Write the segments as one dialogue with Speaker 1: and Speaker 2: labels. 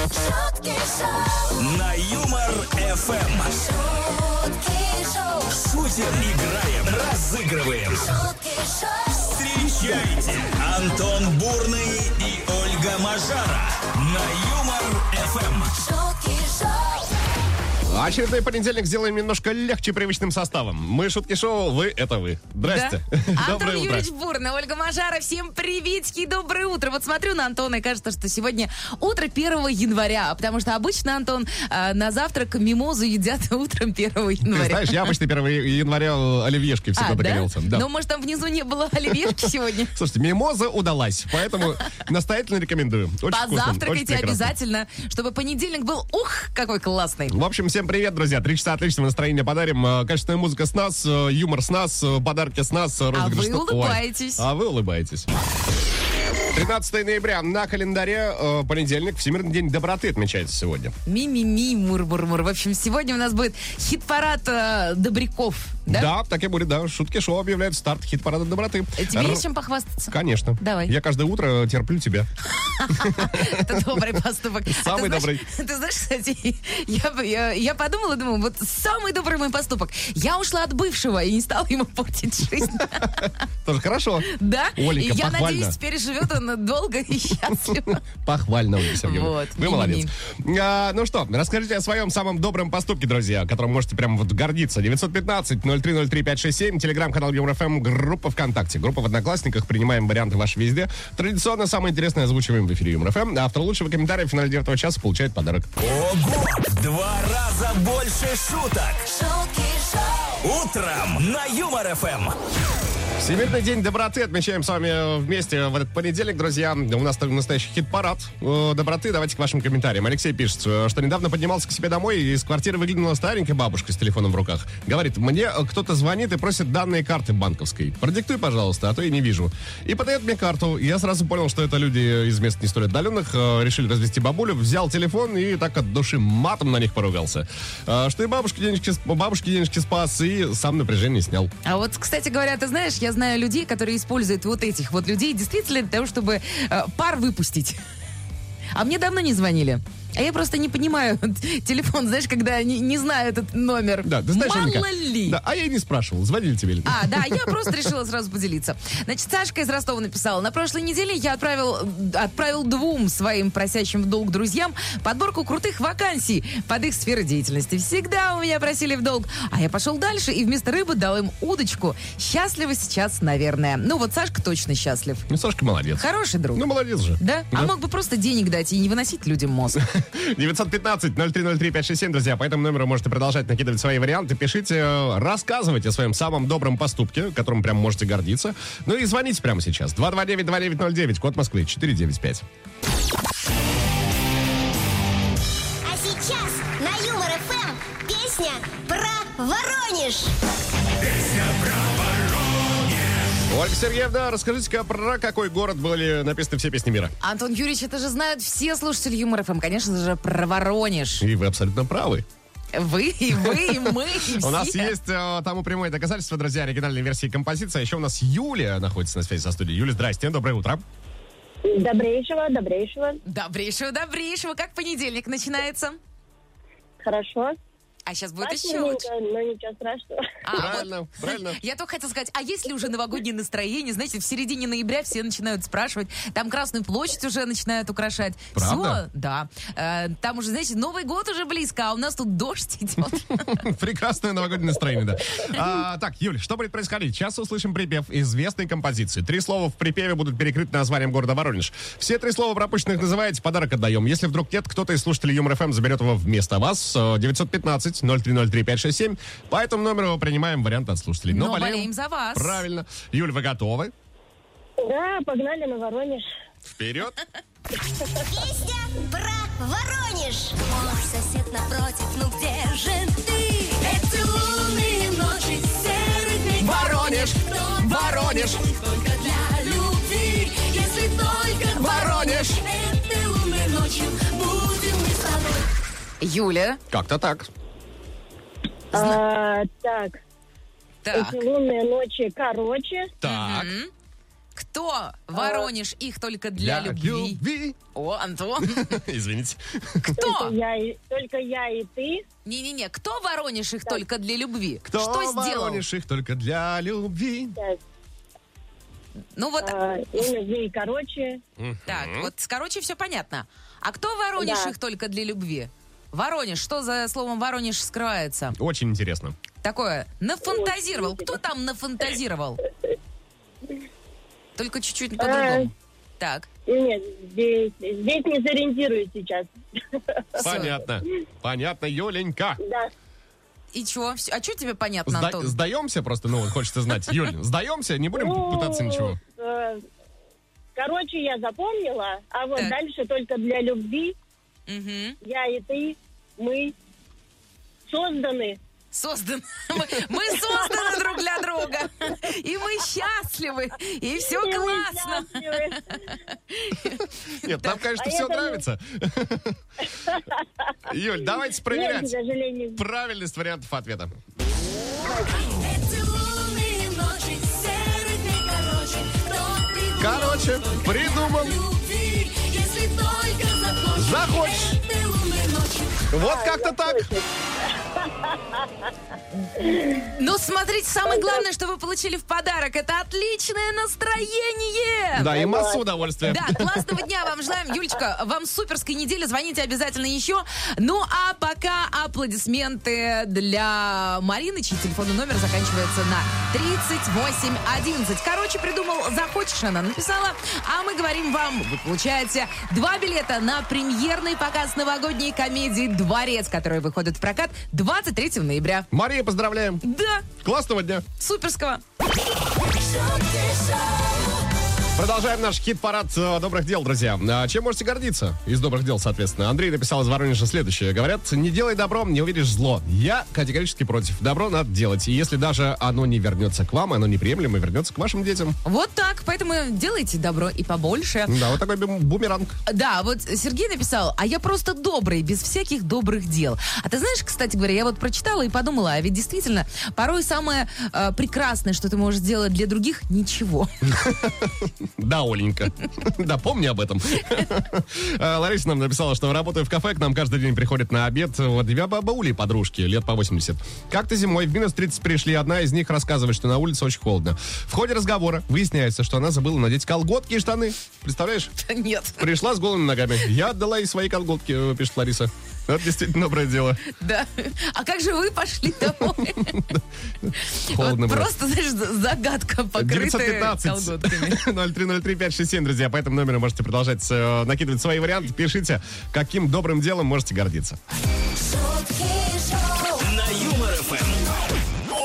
Speaker 1: Шутки шоу,
Speaker 2: На Юмор ФМ
Speaker 1: шутки шоу,
Speaker 2: шутим, играем, разыгрываем.
Speaker 1: шутки шоу,
Speaker 2: Встречайте Антон Бурный и Ольга Мажара на Юмор Эм. ФМ.
Speaker 1: шутки шоу,
Speaker 3: Очередной понедельник сделаем немножко легче привычным составом. Мы шутки шоу, вы это вы. Здрасте.
Speaker 4: Да. А Антон
Speaker 3: Доброе утро.
Speaker 4: Юрьевич Бурна, Ольга Мажара, всем приветики и доброе утро. Вот смотрю на Антона и кажется, что сегодня утро 1 января, потому что обычно, Антон, э, на завтрак мимозу едят утром 1
Speaker 3: Ты
Speaker 4: января.
Speaker 3: знаешь, я обычно 1 января оливьешкой всегда
Speaker 4: А, да?
Speaker 3: догорелся. Да.
Speaker 4: Ну, может, там внизу не было оливьешки сегодня?
Speaker 3: Слушайте, мимоза удалась, поэтому настоятельно рекомендую. Очень вкусно, очень
Speaker 4: Позавтракайте
Speaker 3: прекрасно.
Speaker 4: обязательно, чтобы понедельник был, ух, какой классный.
Speaker 3: В общем, всем привет, друзья. Три часа отличного настроения подарим. Э, Качественная музыка с нас, э, юмор с нас, э, подарки с нас. э, розыгрыш
Speaker 4: А вы
Speaker 3: с- Ой,
Speaker 4: улыбаетесь.
Speaker 3: А вы улыбаетесь. 13 ноября на календаре э, понедельник. Всемирный день доброты отмечается сегодня.
Speaker 4: Ми-ми-ми, мур-мур-мур. В общем, сегодня у нас будет хит-парад э, добряков. Да?
Speaker 3: так и будет, да. Шутки шоу объявляют старт хит-парада доброты.
Speaker 4: Э, Тебе
Speaker 3: Р-
Speaker 4: есть чем похвастаться.
Speaker 3: Конечно.
Speaker 4: Давай.
Speaker 3: Я каждое утро э, терплю тебя.
Speaker 4: Это добрый поступок. А
Speaker 3: Самый
Speaker 4: ты знаешь-
Speaker 3: добрый.
Speaker 4: Ты знаешь, кстати, я, бы- я, я подумала, думаю, вот самый добрый мой поступок. Я ушла от бывшего и не стала ему портить жизнь.
Speaker 3: Тоже хорошо.
Speaker 4: Да?
Speaker 3: Оленька,
Speaker 4: и я
Speaker 3: похвально.
Speaker 4: надеюсь, теперь живет он долго и счастливо.
Speaker 3: Похвально, Ольга Сергеевна.
Speaker 4: Вот,
Speaker 3: Вы молодец.
Speaker 4: ми-ми-ми.
Speaker 3: А, ну что, расскажите о своем самом добром поступке, друзья, которым можете прям вот гордиться. 915-0303-567, телеграм-канал ЮморФМ, группа ВКонтакте. Группа в Одноклассниках, принимаем варианты ваши везде. Традиционно самое интересное озвучиваем в эфире ЮморФМ. Автор лучшего комментария в финале 9 часа получает подарок.
Speaker 2: Ого! В Два раза больше шуток
Speaker 1: шутки шоу,
Speaker 2: утром на Юмор Эм. ФМ.
Speaker 3: Всемирный день доброты отмечаем с вами э, вместе в этот понедельник, друзья. У нас там настоящий хит-парад э, доброты. Давайте к вашим комментариям. Алексей пишет, э, что недавно поднимался к себе домой, и из квартиры выглянула старенькая бабушка с телефоном в руках. Говорит, мне э, кто-то звонит и просит данные карты банковской. Продиктуй, пожалуйста, а то я не вижу. И подает мне карту. И Я сразу понял, что это люди из мест не столь отдаленных. э, Решили развести бабулю, взял телефон и так от души матом на них поругался. Э, Что и бабушке денежки, сп- бабушке денежки спас, и сам напряжение снял.
Speaker 4: А вот, кстати говоря, ты знаешь, я знаю людей, которые используют вот этих вот людей действительно для того, чтобы э, пар выпустить. А мне давно не звонили. А я просто не понимаю телефон, знаешь, когда не, не знаю этот номер.
Speaker 3: Да, ты знаешь,
Speaker 4: Мало
Speaker 3: Аника,
Speaker 4: ли.
Speaker 3: Да, а я и не спрашивал, звонили тебе или нет.
Speaker 4: А, да, я просто решила сразу поделиться. Значит, Сашка из Ростова написала. На прошлой неделе я отправил, отправил двум своим просящим в долг друзьям подборку крутых вакансий под их сферы деятельности. Всегда у меня просили в долг. А я пошел дальше и вместо рыбы дал им удочку. Счастливы сейчас, наверное. Ну вот Сашка точно счастлив.
Speaker 3: Ну, Сашка молодец.
Speaker 4: Хороший друг.
Speaker 3: Ну, молодец же.
Speaker 4: да? А мог бы просто денег дать и не выносить людям мозг.
Speaker 3: 915-0303-567, друзья. По этому номеру можете продолжать накидывать свои варианты. Пишите, э, рассказывайте о своем самом добром поступке, которым прям можете гордиться. Ну и звоните прямо сейчас. 229-2909, код Москвы, 495.
Speaker 5: А сейчас на Юмор ФМ песня про Воронеж.
Speaker 3: Ольга Сергеевна, расскажите-ка про какой город были написаны все песни мира.
Speaker 4: Антон Юрьевич, это же знают все слушатели Юмор ФМ. Конечно же, про Воронеж.
Speaker 3: И вы абсолютно правы.
Speaker 4: Вы, и вы, и мы, и
Speaker 3: У нас
Speaker 4: все.
Speaker 3: есть э, тому прямое доказательство, друзья, оригинальной версии композиции. А еще у нас Юлия находится на связи со студией. Юля, здрасте, доброе утро.
Speaker 6: Добрейшего, добрейшего.
Speaker 4: Добрейшего, добрейшего. Как понедельник начинается?
Speaker 6: Хорошо.
Speaker 4: А сейчас будет еще лучше.
Speaker 6: Пасмурненько, но ничего страшного.
Speaker 4: А,
Speaker 3: Правильно,
Speaker 4: вот.
Speaker 3: правильно.
Speaker 4: Я только хотела сказать, а если уже новогоднее настроение, знаете, в середине ноября все начинают спрашивать, там Красную площадь уже начинают украшать.
Speaker 3: Правда?
Speaker 4: Все, да. Э, там уже, знаете, Новый год уже близко, а у нас тут дождь идет.
Speaker 3: Прекрасное новогоднее настроение, да. А, так, Юль, что будет происходить? Сейчас услышим припев известной композиции. Три слова в припеве будут перекрыты названием города Воронеж. Все три слова пропущенных называете, подарок отдаем. Если вдруг нет, кто-то из слушателей Юмор ФМ заберет его вместо вас. Э, 915-0303-567. По этому номеру принимаем вариант от слушателей.
Speaker 4: Но болеем за вас.
Speaker 3: Ну, Правильно. Юль, вы готовы?
Speaker 6: Да, погнали на Воронеж.
Speaker 3: Вперед.
Speaker 5: Песня про Воронеж.
Speaker 1: мой сосед напротив, ну где же ты? Эти лунные ночи серых дней.
Speaker 3: Воронеж,
Speaker 1: Кто
Speaker 3: Воронеж.
Speaker 1: Только для любви, если только
Speaker 3: Воронеж.
Speaker 1: Этой лунной ночью будем мы с тобой.
Speaker 4: Юля,
Speaker 3: Как-то так.
Speaker 6: А, так,
Speaker 4: так,
Speaker 6: эти лунные ночи короче.
Speaker 3: Так.
Speaker 4: Кто Воронеж? Их только для любви. О, Антон.
Speaker 3: Извините.
Speaker 4: Кто?
Speaker 6: Я и, только я и ты.
Speaker 4: Не-не-не, кто Воронеж их только для любви?
Speaker 3: Кто
Speaker 4: Что сделал?
Speaker 3: Воронеж их только для любви?
Speaker 6: Так,
Speaker 4: Ну вот
Speaker 6: а, имя дней короче.
Speaker 4: так, вот, короче, все понятно. А кто Воронеж
Speaker 6: Да.
Speaker 4: их только для любви? Воронеж, что за словом Воронеж скрывается?
Speaker 3: Очень интересно.
Speaker 4: Такое, нафантазировал. Кто там нафантазировал? Только
Speaker 6: Э.
Speaker 4: чуть-чуть по-другому. Так,
Speaker 6: И Нет, здесь, здесь не сориентируюсь сейчас.
Speaker 3: Понятно. Понятно, Юленька.
Speaker 6: Да.
Speaker 4: и чего? А что тебе понятно,
Speaker 3: Сда-
Speaker 4: Антон?
Speaker 3: сдаемся просто, ну, вот хочется знать. Юль, сдаемся, не будем пытаться
Speaker 6: Ну,
Speaker 3: ничего.
Speaker 6: э, Короче, я запомнила, а вот
Speaker 4: Так.
Speaker 6: дальше только для любви
Speaker 4: Мгм.
Speaker 6: я и ты, мы созданы.
Speaker 4: Создан. Мы, мы созданы друг для друга. И мы счастливы. И все
Speaker 6: И мы
Speaker 4: классно.
Speaker 6: счастливы.
Speaker 3: Нет, нам, конечно,
Speaker 6: А
Speaker 3: все
Speaker 6: это мы-
Speaker 3: нравится. Юль, давайте
Speaker 6: Нет, к
Speaker 3: проверять
Speaker 6: сожалению.
Speaker 3: правильность вариантов ответа.
Speaker 1: Эти лунные ночи серых дней короче. Кто придумал
Speaker 3: Короче,
Speaker 1: только
Speaker 3: придумал.
Speaker 1: любви, если только захочешь.
Speaker 3: Захочешь.
Speaker 1: Эти лунные ночи.
Speaker 3: Вот как-то так.
Speaker 4: Ну, смотрите, самое главное, что вы получили в подарок, это отличное настроение.
Speaker 3: Да, и массу удовольствия.
Speaker 4: Да, классного дня вам желаем. Юлечка, вам суперской недели. Звоните обязательно еще. Ну, а пока аплодисменты для Марины, чей телефонный номер заканчивается на 3811. Короче, придумал, захочешь, она написала. А мы говорим вам, вы получаете два билета на премьерный показ новогодней комедии «Дворец», который выходит в прокат 23 ноября.
Speaker 3: Мария, поздравляем.
Speaker 4: Да,
Speaker 3: Классного дня.
Speaker 4: суперского.
Speaker 1: Шутки шоу.
Speaker 3: Продолжаем наш хит-парад э, добрых дел, друзья. А чем можете гордиться? Из добрых дел, соответственно. Андрей написал из Воронежа следующее. Говорят, не делай добро, не увидишь зло. Я категорически против. Добро надо делать. И если даже оно не вернется к вам, оно неприемлемо вернется к вашим детям.
Speaker 4: Вот так, поэтому делайте добро и побольше.
Speaker 3: Да, вот такой бум- бумеранг.
Speaker 4: Да, вот Сергей написал, а я просто добрый, без всяких добрых дел. А ты знаешь, кстати говоря, я вот прочитала и подумала, а ведь действительно, порой самое э, прекрасное, что ты можешь сделать для других, ничего.
Speaker 3: Да, Оленька. Да, помни об этом. Э, Лариса нам написала, что работаю в кафе, к нам каждый день приходит на обед вот две бабаули подружки, лет по 80. Как-то зимой в минус 30 пришли, одна из них рассказывает, что на улице очень холодно. В ходе разговора выясняется, что она забыла надеть колготки и штаны. Представляешь?
Speaker 4: Нет.
Speaker 3: Пришла с голыми ногами. Я отдала ей свои колготки, э, пишет Лариса. Это действительно доброе дело.
Speaker 4: Да. А как же вы пошли домой?
Speaker 3: Холодно
Speaker 4: Вот
Speaker 3: было.
Speaker 4: Просто, знаешь, за- загадка покрытая
Speaker 3: 915
Speaker 4: колготками.
Speaker 3: 0303567, друзья. По этому номеру можете продолжать э, накидывать свои варианты. Пишите, каким добрым делом можете гордиться.
Speaker 1: Шутки шоу.
Speaker 2: На Юмор Эм. ФМ.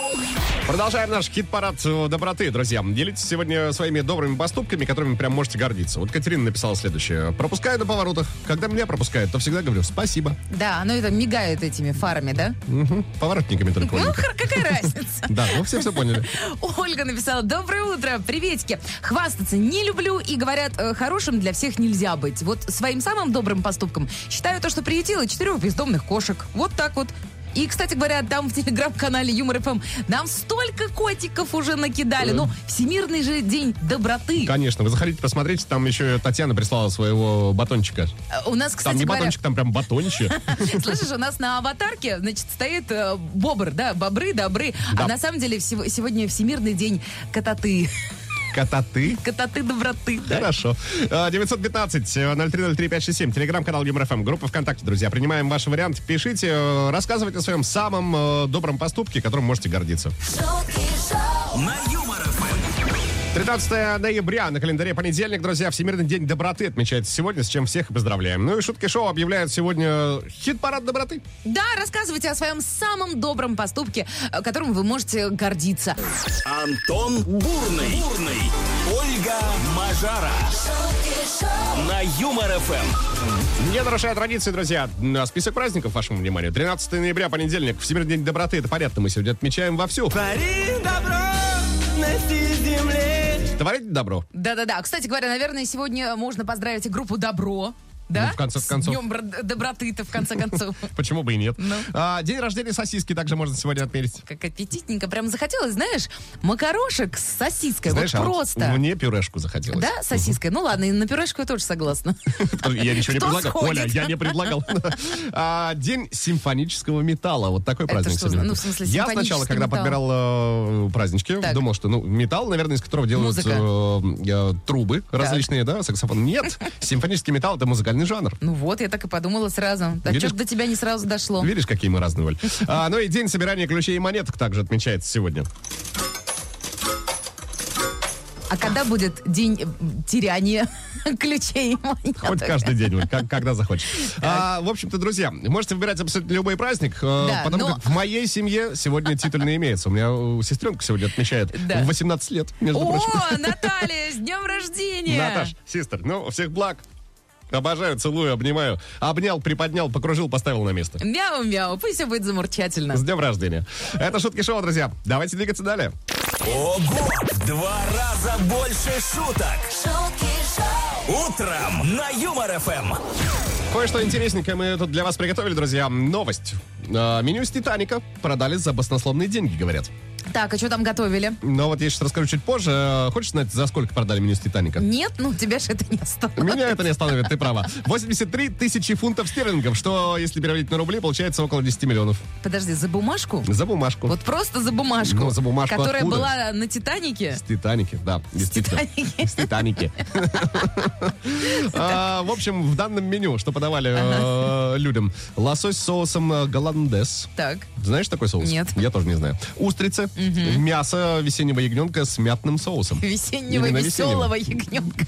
Speaker 3: Продолжаем наш хит-парад э, доброты, друзья. Делитесь сегодня своими добрыми поступками, которыми прям можете гордиться. Вот Катерина написала следующее. Пропускаю на поворотах. Когда меня пропускают, то всегда говорю спасибо.
Speaker 4: Да, ну это мигает этими фарами, да?
Speaker 3: Мгм. Поворотниками только.
Speaker 4: Ну,
Speaker 3: Оленька.
Speaker 4: хр- какая разница?
Speaker 3: Да, ну все все поняли.
Speaker 4: Ольга написала, доброе утро, приветики. Хвастаться не люблю и говорят, э, хорошим для всех нельзя быть. Вот своим самым добрым поступком считаю то, что приютила четырех бездомных кошек. Вот так вот. И, кстати говоря, там в телеграм-канале Юмор ФМ нам столько котиков уже накидали. Ну, Всемирный же день доброты.
Speaker 3: Конечно, вы заходите, посмотрите. Там еще Татьяна прислала своего батончика.
Speaker 4: Э, У нас,
Speaker 3: Там
Speaker 4: кстати
Speaker 3: не
Speaker 4: говоря,
Speaker 3: батончик, там прям батончик.
Speaker 4: слышишь, у нас на аватарке, значит, стоит э, бобр, да, бобры, добры.
Speaker 3: Да.
Speaker 4: А на самом деле всего- сегодня Всемирный день кототы.
Speaker 3: Кота-ты.
Speaker 4: Кототы доброты, да.
Speaker 3: Хорошо. Э, 915-0303-567, телеграм-канал ЮморФМ, группа ВКонтакте, друзья. Принимаем ваши варианты. Пишите, э, рассказывайте о своем самом э, добром поступке, которым можете гордиться.
Speaker 1: Шутки шоу.
Speaker 2: На Юмор Эм. ФМ.
Speaker 3: 13 ноября на календаре понедельник, друзья. Всемирный день доброты отмечается сегодня, с чем всех и поздравляем. Ну и шутки шоу объявляют сегодня хит-парад доброты.
Speaker 4: Да, рассказывайте о своем самом добром поступке, э, которым вы можете гордиться.
Speaker 2: Антон Бурный. Бурный. Ольга Мажара.
Speaker 1: Шутки шоу.
Speaker 2: На Юмор Эм. ФМ.
Speaker 3: Не нарушая традиции, друзья, на список праздников вашему вниманию. 13 ноября, понедельник, Всемирный день доброты. Это понятно, мы сегодня отмечаем вовсю.
Speaker 2: Пари добро на всей земле.
Speaker 3: Творите добро.
Speaker 4: Да-да-да. Кстати говоря, наверное, сегодня можно поздравить и группу «Добро». Да?
Speaker 3: Ну, в конце
Speaker 4: С
Speaker 3: концов.
Speaker 4: днем бра- доброты-то, в конце концов.
Speaker 3: Почему бы и нет?
Speaker 4: Ну.
Speaker 3: А, день рождения сосиски также можно сегодня отметить.
Speaker 4: Как аппетитненько. Прям захотелось, знаешь, макарошек с сосиской.
Speaker 3: Знаешь, а
Speaker 4: вот
Speaker 3: вот
Speaker 4: просто.
Speaker 3: Мне пюрешку захотелось.
Speaker 4: Да, с сосиской? Ну ладно, и на пюрешку я тоже согласна.
Speaker 3: Я ничего не
Speaker 4: Кто
Speaker 3: предлагал.
Speaker 4: сходит?
Speaker 3: Оля, я не предлагал. А, День симфонического металла. Вот такой праздник.
Speaker 4: что за-
Speaker 3: сегодня.
Speaker 4: ну, в смысле,
Speaker 3: Я сначала,
Speaker 4: симфонический
Speaker 3: когда
Speaker 4: металл?
Speaker 3: подбирал э, празднички,
Speaker 4: Так.
Speaker 3: думал, что ну металл, наверное, из которого делают
Speaker 4: Музыка.
Speaker 3: э, э, трубы различные, да, саксофон. Нет, симфонический металл это музыкальный жанр.
Speaker 4: Ну вот, я так и подумала сразу. А
Speaker 3: Видишь?
Speaker 4: что до тебя не сразу дошло?
Speaker 3: Видишь, какие мы разные, Оль. А, ну и день собирания ключей и монеток также отмечается сегодня.
Speaker 4: А когда будет день э, теряния ключей? и монеток?
Speaker 3: Хоть каждый день, Оль, как- когда захочешь. А, в общем-то, друзья, можете выбирать абсолютно любой праздник, э,
Speaker 4: Да,
Speaker 3: потому
Speaker 4: но-
Speaker 3: как в моей семье сегодня титульный имеется. У меня э, сестренка сегодня отмечает
Speaker 4: Да.
Speaker 3: в 18 лет, между прочим.
Speaker 4: О, Наталья, с днем рождения!
Speaker 3: Наташ, сестр, ну, всех благ. Обожаю, целую, обнимаю. Обнял, приподнял, покружил, поставил на место.
Speaker 4: Мяу-мяу, пусть все будет замурчательно.
Speaker 3: С днем рождения. Это «Шутки шоу», друзья. Давайте двигаться далее.
Speaker 2: Ого! В два раза больше шуток!
Speaker 1: шутки шоу,
Speaker 2: Утром на Юмор ФМ!
Speaker 3: Кое-что интересненькое мы тут для вас приготовили, друзья. Новость. Э, Меню с «Титаника» продали за баснословные деньги, говорят.
Speaker 4: Так, а что там готовили?
Speaker 3: Но вот я сейчас расскажу чуть позже. Э, Хочешь знать, за сколько продали меню с «Титаника»?
Speaker 4: Нет, ну тебя же это не осталось.
Speaker 3: Меня это не остановит, ты права. 83 тысячи фунтов стерлингов, что, если переводить на рубли, получается около 10 миллионов.
Speaker 4: Подожди, за бумажку?
Speaker 3: За бумажку.
Speaker 4: Вот просто за бумажку,
Speaker 3: Ну, за бумажку
Speaker 4: которая
Speaker 3: откуда?
Speaker 4: была на Титанике.
Speaker 3: С Титаники, да. действительно.
Speaker 4: «Титаники».
Speaker 3: С Титаники. А, В общем, в данном меню, что подавали э, людям, лосось с соусом э, голландес.
Speaker 4: Так.
Speaker 3: Знаешь такой соус?
Speaker 4: Нет.
Speaker 3: Я тоже не знаю. Устрицы, мясо весеннего ягненка с мятным соусом.
Speaker 4: Весеннего
Speaker 3: Именно
Speaker 4: веселого ягненка.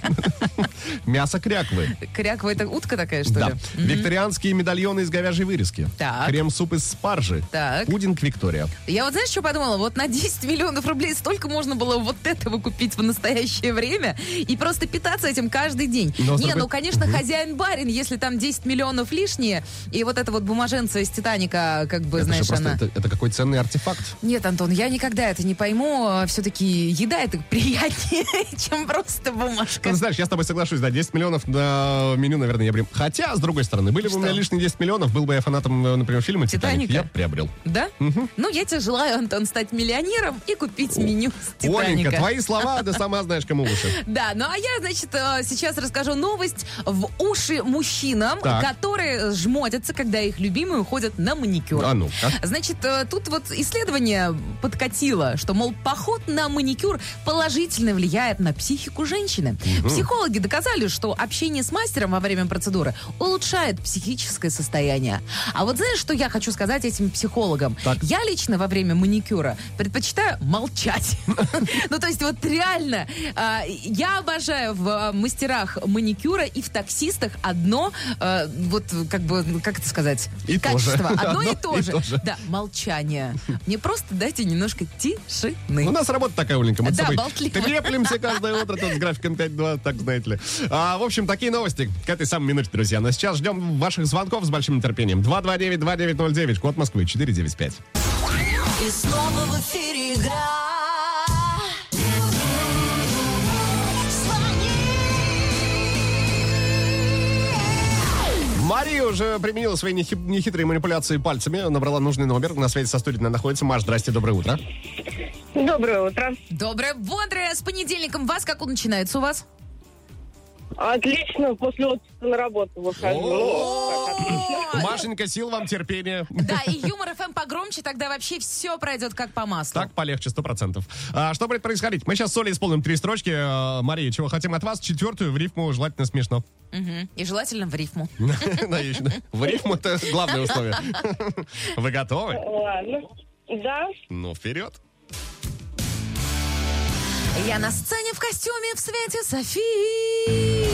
Speaker 3: Мясо кряквы.
Speaker 4: Кряква это утка такая, что
Speaker 3: Да.
Speaker 4: ли?
Speaker 3: Викторианские медальоны из говяжьей вырезки.
Speaker 4: Так.
Speaker 3: Крем-суп из спаржи.
Speaker 4: Так.
Speaker 3: Пудинг Виктория.
Speaker 4: Я вот знаешь, что подумала? Вот на 10 миллионов рублей столько можно было вот этого купить в настоящее время и просто питаться этим каждый день.
Speaker 3: Но с
Speaker 4: Не,
Speaker 3: другой-
Speaker 4: ну, конечно, хозяин-барин, если там 10 миллионов лишние, и вот эта вот бумаженца из «Титаника», как
Speaker 3: Это
Speaker 4: бы,
Speaker 3: же
Speaker 4: знаешь,
Speaker 3: просто
Speaker 4: она...
Speaker 3: это- это какой ценный артефакт.
Speaker 4: Нет, Антон, я никогда это не пойму. Все-таки еда это приятнее, чем просто бумажка.
Speaker 3: Ты знаешь, я с тобой соглашусь, да, 10 миллионов на меню, наверное, я приобрел. Хотя, с другой стороны, были бы у меня
Speaker 4: Что?
Speaker 3: лишние 10 миллионов, был бы я фанатом, э, например, фильма «Титаник»,
Speaker 4: «Титаника»?
Speaker 3: я бы приобрел.
Speaker 4: Да? Ну, я тебе желаю, Антон, стать миллионером и купить меню с «Титаника».
Speaker 3: Оленька, твои слова, да сама знаешь, кому лучше.
Speaker 4: Да, ну а я, значит, э, сейчас расскажу новость в уши мужчинам,
Speaker 3: Так.
Speaker 4: которые жмотятся, когда их любимые уходят на маникюр.
Speaker 3: А ну, как?
Speaker 4: Значит, э, тут вот исследование подкатило, что, мол, поход на маникюр положительно влияет на психику женщины. Психологи доказали, что общение с мастером во время процедуры улучшает психическое состояние. А вот знаешь, что я хочу сказать этим психологам?
Speaker 3: Так.
Speaker 4: Я лично во время маникюра предпочитаю молчать. Ну, то есть вот реально, а, я обожаю в а, мастерах маникюра и в таксистах одно, а, вот как бы, ну, как это сказать?
Speaker 3: И то же.
Speaker 4: Качество. Одно
Speaker 3: Одно
Speaker 4: и
Speaker 3: и
Speaker 4: то же.
Speaker 3: то же.
Speaker 4: Да, молчание. Мне просто дайте немножко
Speaker 3: У
Speaker 4: тишины.
Speaker 3: нас работа такая, Оленька, мы с
Speaker 4: Да,
Speaker 3: тобой
Speaker 4: болтливая.
Speaker 3: треплемся каждое утро тут с графиком 5-2, так знаете ли. А, в общем, такие новости к этой самой минуте, друзья. Но сейчас ждем ваших звонков с большим нетерпением. 229-2909, код Москвы, 495.
Speaker 1: и снова в эфире игра.
Speaker 3: Мария уже применила свои нехи- нехитрые манипуляции пальцами, набрала нужный номер. На связи со студией она находится. Маш, здрасте, доброе утро.
Speaker 6: Доброе утро.
Speaker 4: Доброе, бодрое, с понедельником вас, как он начинается у вас?
Speaker 6: Отлично, после отпуска на работу выхожу. Ну, так, отлично.
Speaker 3: Машенька, сил вам, терпения.
Speaker 4: Да, и юмор ФМ погромче, тогда вообще все пройдет как по маслу.
Speaker 3: Так полегче, сто процентов. А, что будет происходить? Мы сейчас с Олей исполним три строчки. А, Мария, чего хотим от вас? Четвертую в рифму желательно смешно.
Speaker 4: Мгм. И желательно в рифму.
Speaker 3: Да, еще, да. В рифму это главное условие. Вы готовы?
Speaker 6: Ладно. Да,
Speaker 3: Ну, вперед.
Speaker 4: Я на сцене в костюме в свете Софии.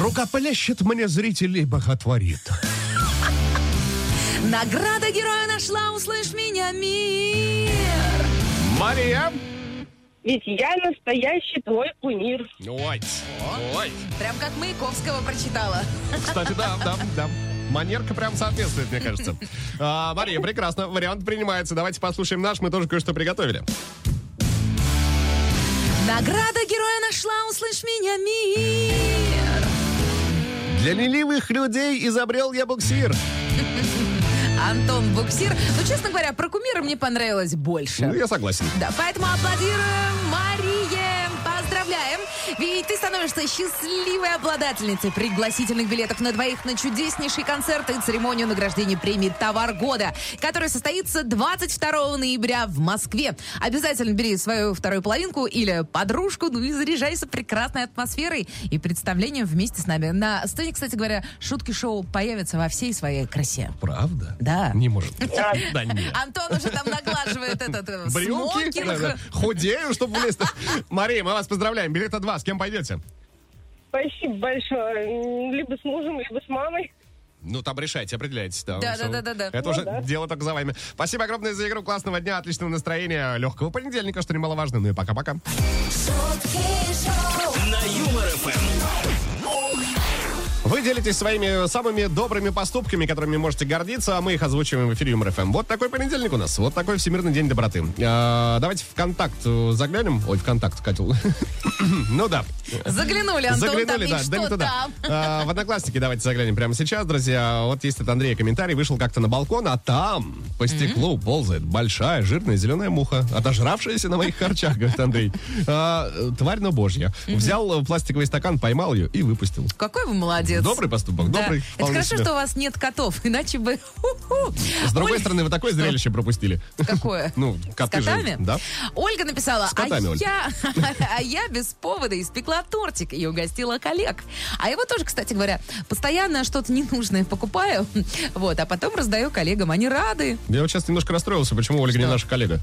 Speaker 3: Рукоплещет мне зритель и боготворит.
Speaker 4: Награда героя нашла, услышь меня, мир.
Speaker 3: Мария!
Speaker 6: ведь я настоящий твой кумир.
Speaker 3: Ой, ой.
Speaker 4: Прям как Маяковского прочитала.
Speaker 3: Кстати, да, да, да. Манерка прям соответствует, мне кажется. А, Мария, прекрасно. Вариант принимается. Давайте послушаем наш. Мы тоже кое-что приготовили.
Speaker 4: Награда героя нашла, услышь меня, мир.
Speaker 3: Для ленивых людей изобрел я буксир.
Speaker 4: Антон Буксир. Ну, честно говоря, про кумира мне понравилось больше.
Speaker 3: Ну, я согласен.
Speaker 4: Да, поэтому аплодируем Марие. Поздравляем! Ведь ты становишься счастливой обладательницей пригласительных билетов на двоих на чудеснейший концерт и церемонию награждения премии «Товар года», которая состоится 22 ноября в Москве. Обязательно бери свою вторую половинку или подружку, ну и заряжайся прекрасной атмосферой и представлением вместе с нами. На сцене, кстати говоря, шутки-шоу появятся во всей своей красе.
Speaker 3: Правда?
Speaker 4: Да.
Speaker 3: Не может быть. Да нет.
Speaker 4: Антон уже там наглаживает этот э,
Speaker 3: Брюки?
Speaker 4: смокинг.
Speaker 3: Да, да. Худею, чтобы влезть. Мария, мы вас поздравляем. Билета два. С кем пойдете?
Speaker 6: Спасибо большое. М, Либо с мужем, либо с мамой.
Speaker 3: Ну, там решайте, определяйтесь.
Speaker 4: Да,
Speaker 3: всё.
Speaker 4: да, да, да, да.
Speaker 3: Это
Speaker 6: Ну,
Speaker 3: уже
Speaker 6: да.
Speaker 3: дело только за вами. Спасибо огромное за игру. Классного дня, отличного настроения, легкого понедельника, что немаловажно. Ну и пока-пока.
Speaker 1: шутки шоу,
Speaker 2: На Юмор ФМ.
Speaker 3: Вы делитесь своими самыми добрыми поступками, которыми можете гордиться, а мы их озвучиваем в эфире Юмор ФМ. Вот такой понедельник у нас, вот такой Всемирный день доброты. А, давайте в контакт э, заглянем. Ой, в контакт, Катюл. Ну да,
Speaker 4: Заглянули, Антон, там
Speaker 3: Заглянули,
Speaker 4: и
Speaker 3: да,
Speaker 4: что
Speaker 3: да не туда.
Speaker 4: там?
Speaker 3: А, В Одноклассники давайте заглянем прямо сейчас, друзья. Вот есть от Андрея комментарий. Вышел как-то на балкон, а там по стеклу ползает большая жирная зеленая муха, отожравшаяся на моих харчах, говорит Андрей. А, э, Тварь, но божья. Взял э, пластиковый стакан, поймал ее и выпустил.
Speaker 4: Какой вы молодец.
Speaker 3: Добрый поступок,
Speaker 4: Да.
Speaker 3: добрый.
Speaker 4: Это
Speaker 3: вполне
Speaker 4: хорошо,
Speaker 3: себе.
Speaker 4: что у вас нет котов, иначе бы... Ху-ху.
Speaker 3: С другой
Speaker 4: Оль-
Speaker 3: стороны, вы такое зрелище пропустили.
Speaker 4: Какое?
Speaker 3: Ну,
Speaker 4: С
Speaker 3: коты же,
Speaker 4: котами?
Speaker 3: да.
Speaker 4: Ольга написала,
Speaker 3: С котами,
Speaker 4: а,
Speaker 3: Оль.
Speaker 4: я, а я без повода испекла тортик и угостила коллег. А его тоже, кстати говоря, постоянно что-то ненужное покупаю, вот, а потом раздаю коллегам. Они рады.
Speaker 3: Я вот сейчас немножко расстроился, почему Ольга не наша коллега.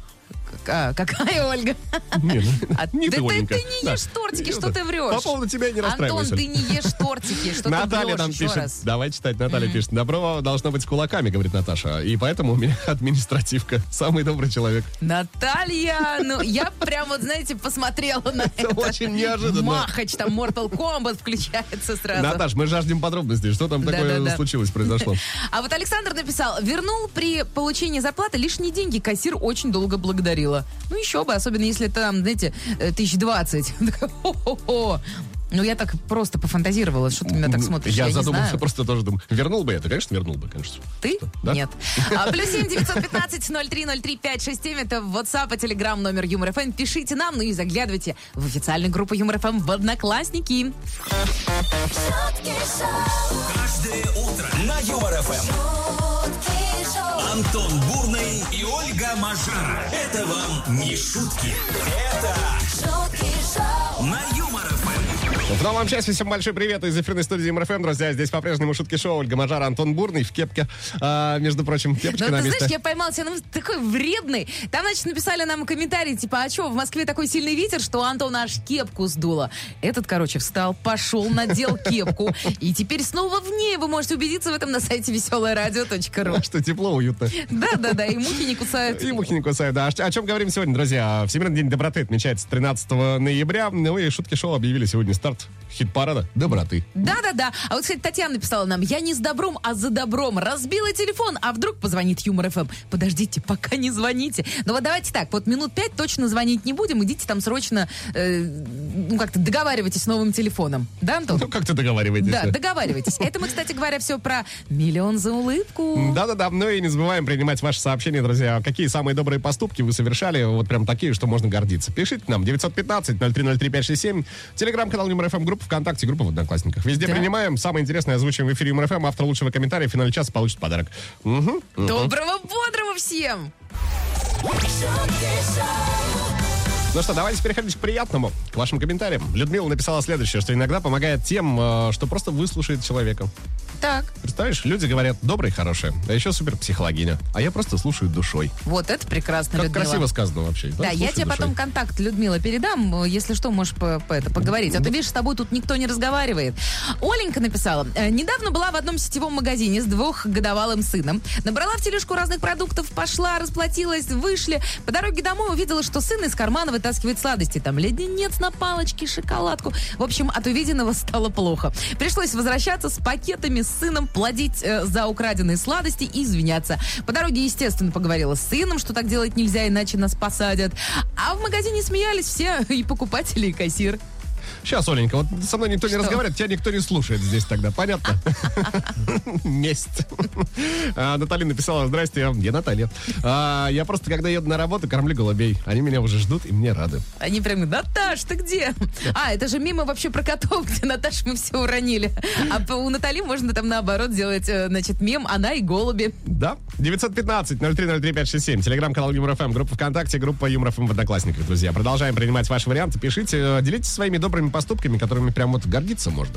Speaker 4: К- а, какая Ольга?
Speaker 3: Не, ну,
Speaker 4: А
Speaker 3: не
Speaker 4: ты-
Speaker 3: ты,
Speaker 4: ты-
Speaker 3: Оленька.
Speaker 4: ты не
Speaker 3: Да.
Speaker 4: ешь тортики, что ты врешь?
Speaker 3: По поводу тебя я не
Speaker 4: Антон,
Speaker 3: расстраиваюсь. Оль.
Speaker 4: ты не ешь тортики, что
Speaker 3: Наталья
Speaker 4: ты врешь
Speaker 3: там
Speaker 4: еще
Speaker 3: пишет.
Speaker 4: раз.
Speaker 3: Давай читать. Наталья пишет. Добро должно быть с кулаками, говорит Наташа. И поэтому у меня административка. Самый добрый человек.
Speaker 4: Наталья, ну я прям вот, знаете, посмотрела на это.
Speaker 3: очень неожиданно.
Speaker 4: Махач, там Mortal Kombat включается сразу.
Speaker 3: Наташ, мы жаждем подробностей. Что там
Speaker 4: Да,
Speaker 3: такое
Speaker 4: да, да.
Speaker 3: случилось, произошло?
Speaker 4: А вот Александр написал, вернул при получении зарплаты лишние деньги, кассир очень долго благодарила. Ну еще бы, особенно если это там, знаете, э, 1020. Такая, «Хо-хо-хо». Ну я так просто пофантазировала, что ты меня так смотришь. Я,
Speaker 3: Ну, Я
Speaker 4: не
Speaker 3: задумался,
Speaker 4: знаю.
Speaker 3: просто тоже думаю. Вернул бы я это, конечно, вернул бы, конечно.
Speaker 4: Ты?
Speaker 3: Да?
Speaker 4: Нет. А, плюс семь девятьсот пятнадцать ноль три ноль три пять шесть семь. Это WhatsApp и Telegram номер Юмор ФМ. Пишите нам, ну и заглядывайте в официальную группу Юмор ФМ в Одноклассники.
Speaker 1: шутки шоу,
Speaker 2: Каждое утро на Юмор ФМ.
Speaker 1: шутки шоу.
Speaker 2: Антон Бурный и Ольга Мажара. Это вам не шутки. Это
Speaker 1: Шутки шоу,
Speaker 2: на Юмор ФМ.
Speaker 3: В новом часе всем большой привет из эфирной студии МРФМ, друзья. Здесь по-прежнему шутки шоу. Ольга Мажара, Антон Бурный в кепке. А, между прочим,
Speaker 4: Ну,
Speaker 3: кепочка на
Speaker 4: ты
Speaker 3: место.
Speaker 4: знаешь, я поймала себя, ну, такой вредный. Там, значит, написали нам комментарий, типа, а что, в Москве такой сильный ветер, что Антон аж кепку сдуло. Этот, короче, встал, пошел, надел кепку. И теперь снова в ней вы можете убедиться в этом на сайте веселорадио.ру.
Speaker 3: Что тепло, уютно.
Speaker 4: Да-да-да, и мухи не кусают.
Speaker 3: И мухи не кусают. Да. О ч- О чем говорим сегодня, друзья? Всемирный день доброты отмечается 13 ноября. Ну и шутки шоу объявили сегодня старт хит-парада доброты.
Speaker 4: Да-да-да. А вот, кстати, Татьяна написала нам, я не с добром, а за добром. Разбила телефон, а вдруг позвонит Юмор ФМ. Подождите, пока не звоните. Ну вот давайте так, вот минут пять точно звонить не будем. Идите там срочно, э, ну как-то договаривайтесь с новым телефоном. Да, Антон?
Speaker 3: Ну, как ты договариваетесь?
Speaker 4: Да, договаривайтесь. Это мы, кстати говоря, все про миллион за улыбку.
Speaker 3: Да-да-да, ну и не забываем принимать ваши сообщения, друзья. Какие самые добрые поступки вы совершали, вот прям такие, что можно гордиться. Пишите нам 915-0303-567, телеграм-канал Юмор ФМ, группа ВКонтакте, группа в Одноклассниках. Везде
Speaker 4: Да.
Speaker 3: принимаем, самое интересное озвучиваем в эфире Юмор ФМ, автор лучшего комментария в финале часа получит подарок. Мгм.
Speaker 4: Доброго, бодрого всем!
Speaker 1: шутки шоу,
Speaker 3: Ну что, давайте переходить к приятному, к вашим комментариям. Людмила написала следующее, что иногда помогает тем, э, что просто выслушает человека.
Speaker 4: Так,
Speaker 3: Представляешь, люди говорят «добрые, хорошие», а еще супер психологиня, а я просто слушаю душой.
Speaker 4: вот это прекрасно,
Speaker 3: Как
Speaker 4: Людмила.
Speaker 3: красиво сказано вообще.
Speaker 4: Да, я
Speaker 3: Слушаю
Speaker 4: тебе
Speaker 3: душой.
Speaker 4: потом контакт Людмила передам, э, если что, можешь по, по это поговорить. А то, видишь, с тобой тут никто не разговаривает. Оленька написала. «Э, Недавно была в одном сетевом магазине с двухгодовалым сыном. Набрала в тележку разных продуктов, пошла, расплатилась, вышли. По дороге домой увидела, что сын из кармана вытаскивает сладости. Там леденец на палочке, шоколадку. В общем, от увиденного стало плохо. Пришлось возвращаться с пакетами с сыном, плодить э, за украденные сладости и извиняться. По дороге, естественно, поговорила с сыном, что так делать нельзя, иначе нас посадят. А в магазине смеялись все, и покупатели, и кассир.
Speaker 3: Сейчас, Оленька, вот со мной никто
Speaker 4: Что?
Speaker 3: не разговаривает, тебя никто не слушает здесь тогда, понятно? Месть. А, Наталья написала, здрасте, я Наталья. А, Я просто, когда еду на работу, кормлю голубей. Они меня уже ждут и мне рады.
Speaker 4: Они прям говорят, Наташ, ты где? А, это же мимо вообще про котов, где Наташ мы все уронили. А по- у Натали можно там наоборот делать, э, значит, мем «Она и голуби».
Speaker 3: Да. 915-0303-567. Телеграм-канал Юмор ФМ, группа ВКонтакте, группа Юмор ФМ в Одноклассниках, друзья. Продолжаем принимать ваши варианты. Пишите, э, делитесь своими добрыми поступками, которыми прям вот гордиться можно.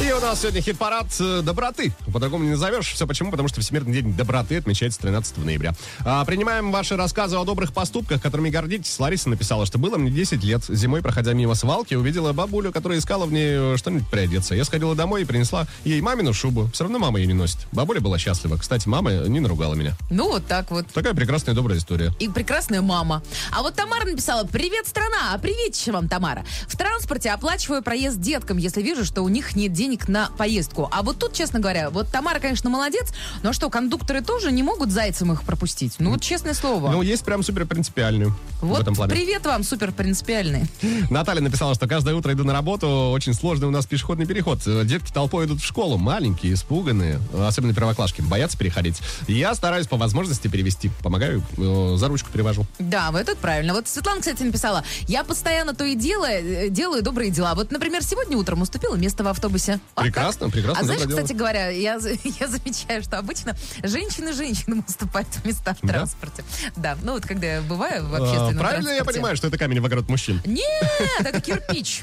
Speaker 3: И у нас сегодня хит-парад э, доброты. По-другому не назовешь. Все почему? Потому что Всемирный день доброты отмечается 13 ноября. А, принимаем ваши рассказы о добрых поступках, которыми гордитесь. Лариса написала, что было мне 10 лет. Зимой, проходя мимо свалки, увидела бабулю, которая искала в ней э, что-нибудь приодеться. Я сходила домой и принесла ей мамину шубу. Все равно мама ее не носит. Бабуля была счастлива. Кстати, мама не наругала меня.
Speaker 4: Ну, вот так вот.
Speaker 3: Такая прекрасная добрая история.
Speaker 4: и прекрасная мама. А вот Тамара написала, привет, страна, а привет вам, Тамара. В транспорте оплачиваю проезд деткам, если вижу, что у них нет денег на поездку. А вот тут, честно говоря, вот Тамара, конечно, молодец, но что, кондукторы тоже не могут зайцем их пропустить? Ну, вот честное слово.
Speaker 3: Ну, есть прям супер принципиальную в
Speaker 4: вот
Speaker 3: этом плане.
Speaker 4: привет вам, супер принципиальные.
Speaker 3: Наталья написала, что каждое утро иду на работу. Очень сложный у нас пешеходный переход. Э, Детки толпой идут в школу. Маленькие, испуганные. э, Особенно первоклашки. Боятся переходить. Я стараюсь по возможности перевести. Помогаю, э, за ручку перевожу.
Speaker 4: Да, вот это правильно. Вот Светлана, кстати, написала, я постоянно то и дело, э, делаю добрые дела. Вот, например, сегодня утром уступила место в автобусе. Вот
Speaker 3: Прекрасно,
Speaker 4: так.
Speaker 3: прекрасно,
Speaker 4: А знаешь,
Speaker 3: доброе дело.
Speaker 4: кстати говоря, я, за- я замечаю, что обычно женщины женщинам уступают места в
Speaker 3: Да?
Speaker 4: транспорте. Да, ну вот когда я бываю в
Speaker 3: Э,
Speaker 4: общественном
Speaker 3: Правильно я
Speaker 4: транспорте.
Speaker 3: понимаю, что это камень в огород мужчин?
Speaker 4: Нет, это кирпич.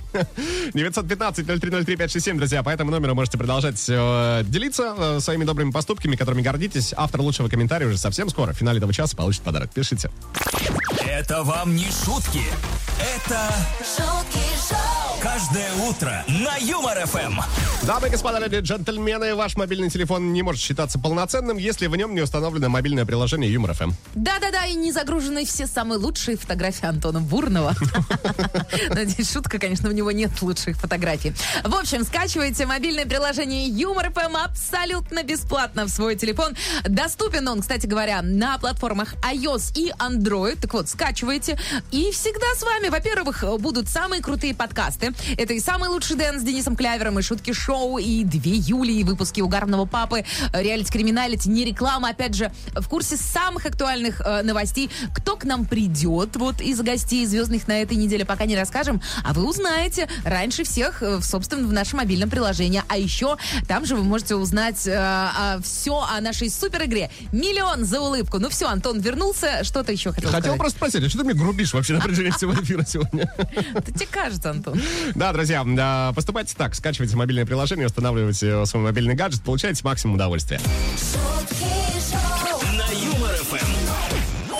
Speaker 3: 915-0303-567, друзья. По этому номеру можете продолжать э, делиться э, своими добрыми поступками, которыми гордитесь. Автор лучшего комментария уже совсем скоро. В финале этого часа получит подарок. Пишите.
Speaker 2: Это вам не шутки. Это
Speaker 1: шутки шоу,
Speaker 2: каждое утро на Юмор ФМ.
Speaker 3: Дамы и господа, леди и джентльмены, ваш мобильный телефон не может считаться полноценным, если в нем не установлено мобильное приложение Юмор Эм. ФМ.
Speaker 4: Да-да-да, и не загружены все самые лучшие фотографии Антона Бурного. Надеюсь, шутка, конечно, у него нет лучших фотографий. В общем, скачивайте мобильное приложение Юмор ФМ абсолютно бесплатно в свой телефон. Доступен он, кстати говоря, на платформах iOS и Android. Так вот, скачивайте. И всегда с вами, во-первых, будут самые крутые подкасты. Это и самый лучший Дэн с Денисом Клявером, и шутки шоу, и две Юли, и выпуски угарного папы, э, реалити криминалити, не реклама. Опять же, в курсе самых актуальных э, новостей, кто к нам придет вот из гостей звездных на этой неделе, пока не расскажем, а вы узнаете раньше всех, э, в- собственно, в нашем мобильном приложении. А еще там же вы можете узнать все о нашей супер игре. Миллион за улыбку. Ну все, Антон вернулся, что-то еще хотел,
Speaker 3: Хотел
Speaker 4: сказать.
Speaker 3: просто спросить, а что ты мне грубишь вообще на протяжении всего эфира сегодня?
Speaker 4: Это тебе кажется, Антон.
Speaker 3: Да, друзья, да, поступайте так. Скачивайте мобильное приложение, устанавливайте свой мобильный гаджет, получайте максимум удовольствия.
Speaker 1: шутки шоу,
Speaker 2: На Юмор ФМ.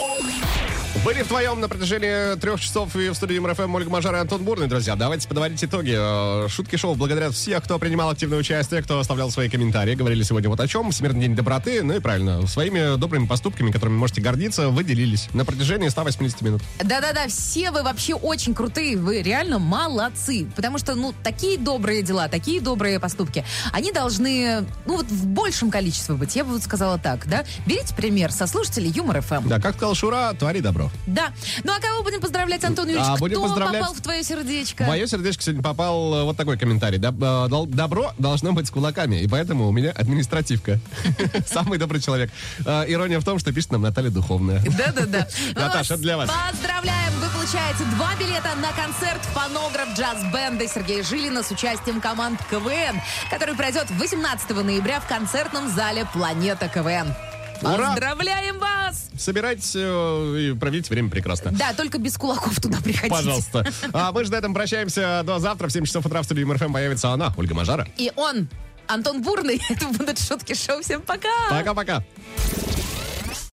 Speaker 3: Были вдвоем на протяжении трех часов и в студии МРФМ Ольга Мажара и Антон Бурный, друзья. Давайте подводить итоги. Э, Шутки шоу благодарят всех, кто принимал активное участие, кто оставлял свои комментарии. Говорили сегодня вот о чем. Всемирный день доброты. Ну и правильно, своими добрыми поступками, которыми можете гордиться, вы делились на протяжении 180 минут.
Speaker 4: Да-да-да, все вы вообще очень крутые, вы реально молодцы. Потому что, ну, такие добрые дела, такие добрые поступки, они должны, ну, вот в большем количестве быть, я бы вот сказала так, да? Берите пример со слушателей Юмор ФМ. Да.
Speaker 3: Да, как сказал Шура, твори добро.
Speaker 4: Ну, а кого будем поздравлять, Антон Юрьевич?
Speaker 3: А,
Speaker 4: Кто
Speaker 3: будем поздравлять-
Speaker 4: попал в твое сердечко?
Speaker 3: В мое сердечко сегодня попал э, вот такой комментарий. Доб- э, дол- Добро должно быть с кулаками, и поэтому у меня административка. Самый добрый человек. Э, Ирония в том, что пишет нам Наталья Духовная.
Speaker 4: Да-да-да. Мы
Speaker 3: Наташа, это для вас.
Speaker 4: Поздравляем! Вы получаете два билета на концерт фонограф джаз-бенда Сергея Жилина с участием команд КВН, который пройдет 18 ноября в концертном зале «Планета КВН».
Speaker 3: Ура!
Speaker 4: Поздравляем вас!
Speaker 3: Собирайтесь э, и проведите время прекрасно.
Speaker 4: Да, только без кулаков туда приходите.
Speaker 3: Пожалуйста. А мы же на этом прощаемся до завтра. В 7 часов утра в студии МРФМ появится она, Ольга Мажара.
Speaker 4: И он, Антон Бурный, это будут шутки шоу. Всем пока!
Speaker 3: Пока-пока.